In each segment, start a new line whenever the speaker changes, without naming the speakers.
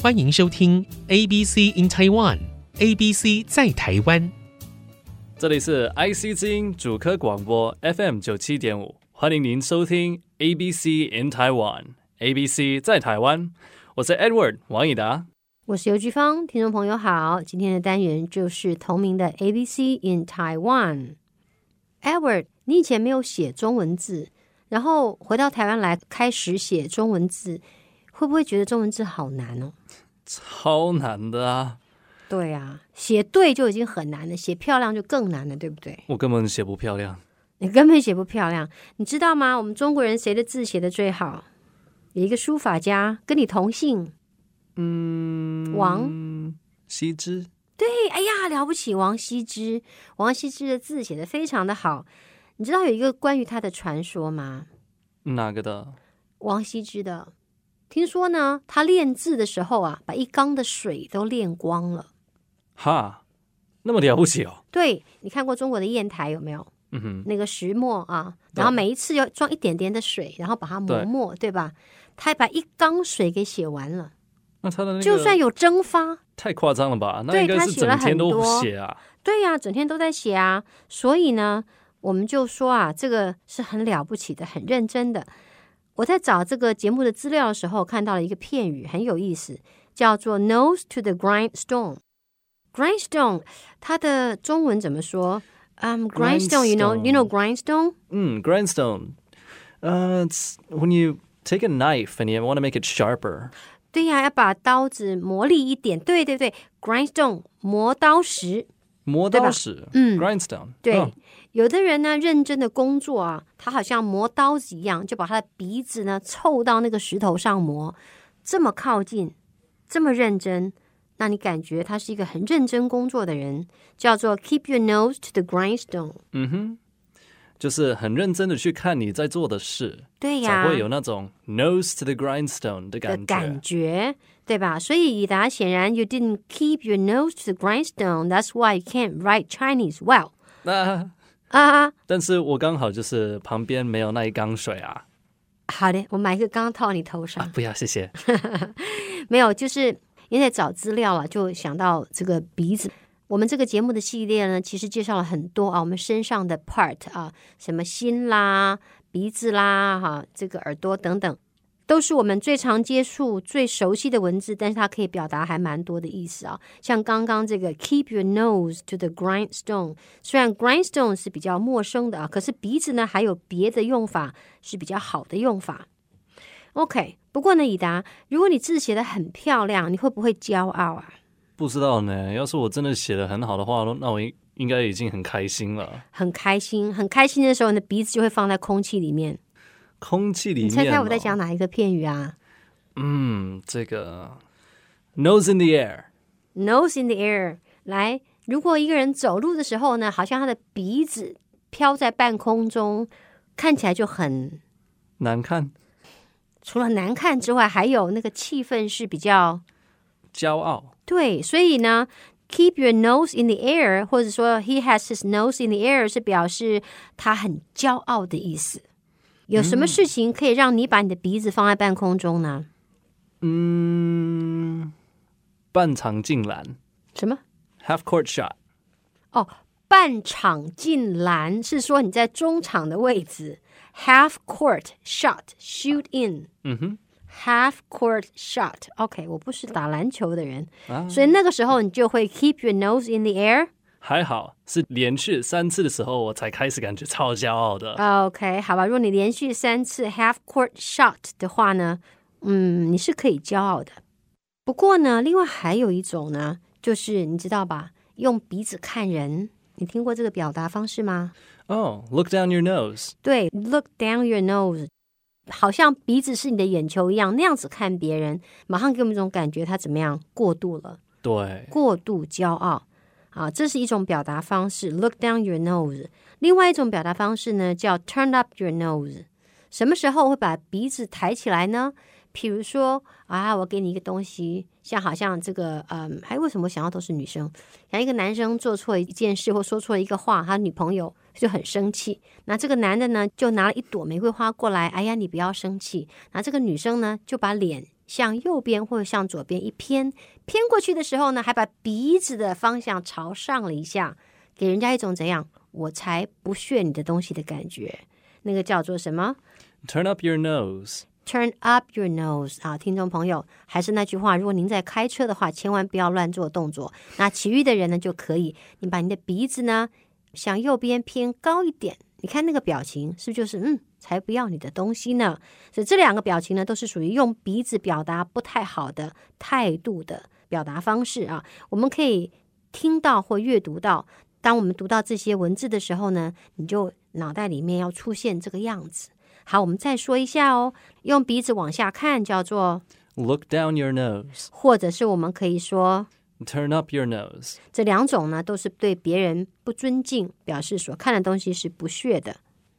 欢迎收听 ABC in Taiwan。ABC 在台湾，
这里是 IC 之音主科广播 FM 九七点五，欢迎您收听 ABC in Taiwan，ABC 在台湾，我是 Edward 王以达。
我是尤菊芳，听众朋友好，今天的单元就是同名的 A B C in Taiwan。Edward，你以前没有写中文字，然后回到台湾来开始写中文字，会不会觉得中文字好难哦？
超难的啊，
对啊，写对就已经很难了，写漂亮就更难了，对不对？
我根本写不漂亮。
你根本写不漂亮，你知道吗？我们中国人谁的字写的最好？有一个书法家跟你同姓，嗯，王
嗯，西之
对，哎呀，了不起，王羲之，王羲之的字写的非常的好。你知道有一个关于他的传说吗？
哪个的？
王羲之的，听说呢，他练字的时候啊，把一缸的水都练光了。
哈，那么了不起哦。
对你看过中国的砚台有没有？
嗯哼，
那个石墨啊，
对
然后每一次要装一点点的水，然后把它磨
对
墨，对吧？他还把一缸水给写完了，
那他的那个
就算有蒸发，
太夸张了吧？那
对
应该
他
是
写了
整天
很
都
多
写啊。
对呀、整天都在写啊，所以呢，我们就说啊，这个是很了不起的，很认真的。我在找这个节目的资料的时候，看到了一个片语，很有意思，叫做 “nose to the grindstone”。grindstone，它的中文怎么说？嗯、g r i n d s t o n e you know，you know grindstone？
Mm, grindstone. Uh, it's when you take a knife and you want to make it sharper.
对呀、要把刀子磨利一点。对对对，grindstone 磨刀石。
磨刀石，
嗯，
grindstone.
对，
Oh,
有的人呢认真的工作啊，他好像磨刀子一样，就把他的鼻子呢凑到那个石头上磨，这么靠近，这么认真，那你感觉他是一个很认真工作的人，叫做 keep your nose to the grindstone。
就是很认真地去看你在做的事，
对呀、
才会有那种 nose to the grindstone
的感觉，对吧？所以以达显然 you didn't keep your nose to the grindstone. That's why you can't write Chinese well. 啊、
那但是我刚好就是旁边没有那一缸水啊。啊，不要，谢谢。啊
好的，我买一个缸套你头上。没有，就是也在找资料啊，就想到这个鼻子。我们这个节目的系列呢，其实介绍了很多啊，我们身上的 part 啊，什么心啦、鼻子啦、哈、这个耳朵等等，都是我们最常接触、最熟悉的文字，但是它可以表达还蛮多的意思啊。像刚刚这个 “keep your nose to the grindstone”，虽然 grindstone 是比较陌生的啊，可是鼻子呢还有别的用法是比较好的用法。OK，不过呢，以达，如果你字写的很漂亮，你会不会骄傲啊？
不知道呢，要是我真的写得很好的话，那我应-应该已经很开心了。空气里面，
很开心，很开心的时候，你的鼻子就会放在空气里面。哦你猜猜我在讲哪一个片语啊
嗯，这个 nose in the air。
？Nose in the air。来，如果一个人走路的时候呢，好像他的鼻子飘在半空中，看起来就很
难看、
除了难看之外，还有那个气氛是比较
骄傲。
对，所以呢，keep your nose in the air，或者说 he has his nose in the air，是表示他很骄傲的意思。有什么事情可以让你把你的鼻子放在半空中呢？
嗯，半场进篮
什么？
（half court shot）。
哦，半场进篮是说你在中场的位置，half court shot shoot in。
嗯哼，
Half court shot. OK，我不是打篮球的人，
啊
所以那个时候你就会 keep your nose in the air。
还好是连续三次的时候，我才开始感觉超骄傲的。
OK，好吧，如果你连续三次 half court shot 的话呢，嗯，你是可以骄傲的。不过呢，另外还有一种呢，就是你知道吧，用鼻子看人，你听过这个表达方式吗？
哦、l o o k Oh, down your nose。
对，look down your nose，好像鼻子是你的眼球一样，那样子看别人，马上给我们一种感觉，他怎么样过度了。
对，
过度骄傲啊，这是一种表达方式。Look down your nose。另外一种表达方式呢，叫 turn up your nose。什么时候会把鼻子抬起来呢？比如说啊，我给你一个东西，像好像这个，嗯，还为什么想要都是女生？像一个男生做错一件事或说错一个话，他女朋友就很生气。那这个男的呢，就拿了一朵玫瑰花过来，哎呀，你不要生气。那这个女生呢，就把脸向右边或者向左边一偏，偏过去的时候呢，还把鼻子的方向朝上了一下，给人家一种怎样“我才不屑你的东西”的感觉。那个叫做什么
Turn up your nose.
？Turn up your nose 啊，听众朋友，还是那句话，如果您在开车的话，千万不要乱做动作。那其余的人呢，就可以，你把你的鼻子呢向右边偏高一点。你看那个表情，是不是就是嗯，才不要你的东西呢？所以这两个表情呢，都是属于用鼻子表达不太好的态度的表达方式啊。我们可以听到或阅读到，当我们读到这些文字的时候呢，你就脑袋里面要出现这个样子。好，我们再说一下哦，用鼻子往下看叫做，
Look down your nose.
或者是我们可以说
Turn up your nose.
这两种呢，都是对别人不尊敬，表示所看的东西是不屑的。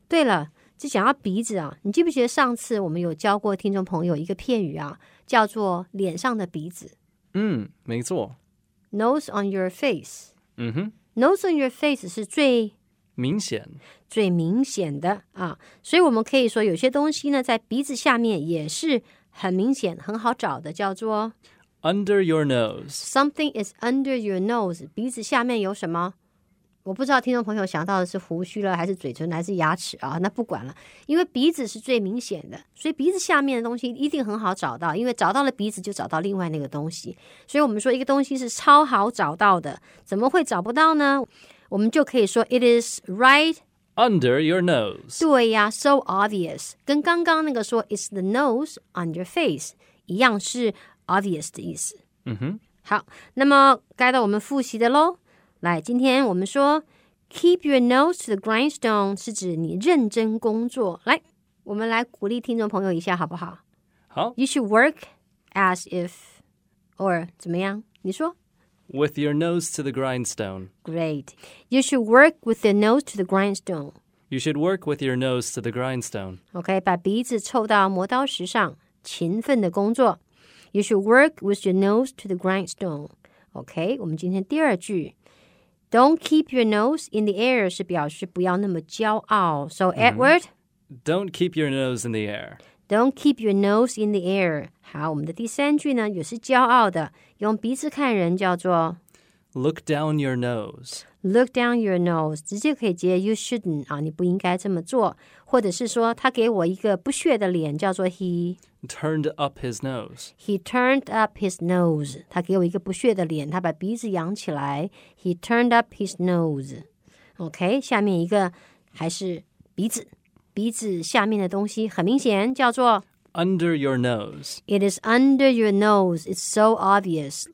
对了，就讲到鼻子啊，你记不记得上次我们有教过听众朋友一个片语啊，叫做“脸上的鼻子
Hmm,
”（nose on your face）。nose on your face 是最
嗯，没错，嗯哼，明显。Look
最明显的啊，所以我们可以说有些东西呢，在鼻子下面也是很明显、很好找的，叫做
under your nose.
“something is under your nose”。鼻子下面有什么？我不知道听众朋友想到的是胡须了，还是嘴唇，还是牙齿啊？那不管了，因为鼻子是最明显的，所以鼻子下面的东西一定很好找到，因为找到了鼻子就找到另外那个东西。所以我们说一个东西是超好找到的，怎么会找不到呢？我们就可以说 “it is right
Under your nose.
对呀，so obvious，跟刚刚那个说 "It's the nose on your face" 一样是 obvious 的意思。
嗯哼，
好，那么该到我们复习的喽。来，今天我们说 "Keep your nose to the grindstone" 是指你认真工作。来，我们来鼓励听众朋友一下，好不好
好，
？You should work as if，or 怎么样？你说
With your nose to the grindstone.
？Great. You should work with your nose to the grindstone.
You should work with your nose to the grindstone.
OK，把鼻子凑到磨刀石上，勤奋的工作。You should work with your nose to the grindstone. OK，我们今天第二句，Don't keep your nose in the air 是表示不要那么骄傲。So Edward,、
Don't keep your nose in the air.
don't keep your nose in the air. 好，我们的第三句呢也是骄傲的，用鼻子看人叫做
Look down your nose.
Look down your nose，直接可以接 You shouldn't 啊，你不应该这么做，或者是说他给我一个不屑的脸，叫做 He。
Turned up his nose.
He turned up his nose. 他给我一个不屑的脸，他把鼻子扬起来。He turned up his nose. OK，下面一个还是鼻子，鼻子下面的东西很明显叫做
Under your nose.
It is under your nose. It's so obvious.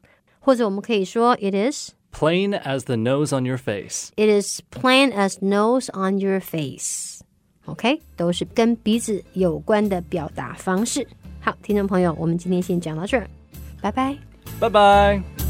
或者我们可以说 It is.
Plain as the nose on your face.
It is plain as nose on your face. OK，都是跟鼻子有关的表达方式。好，听众朋友，我们今天先讲到这儿，拜拜。
Bye bye.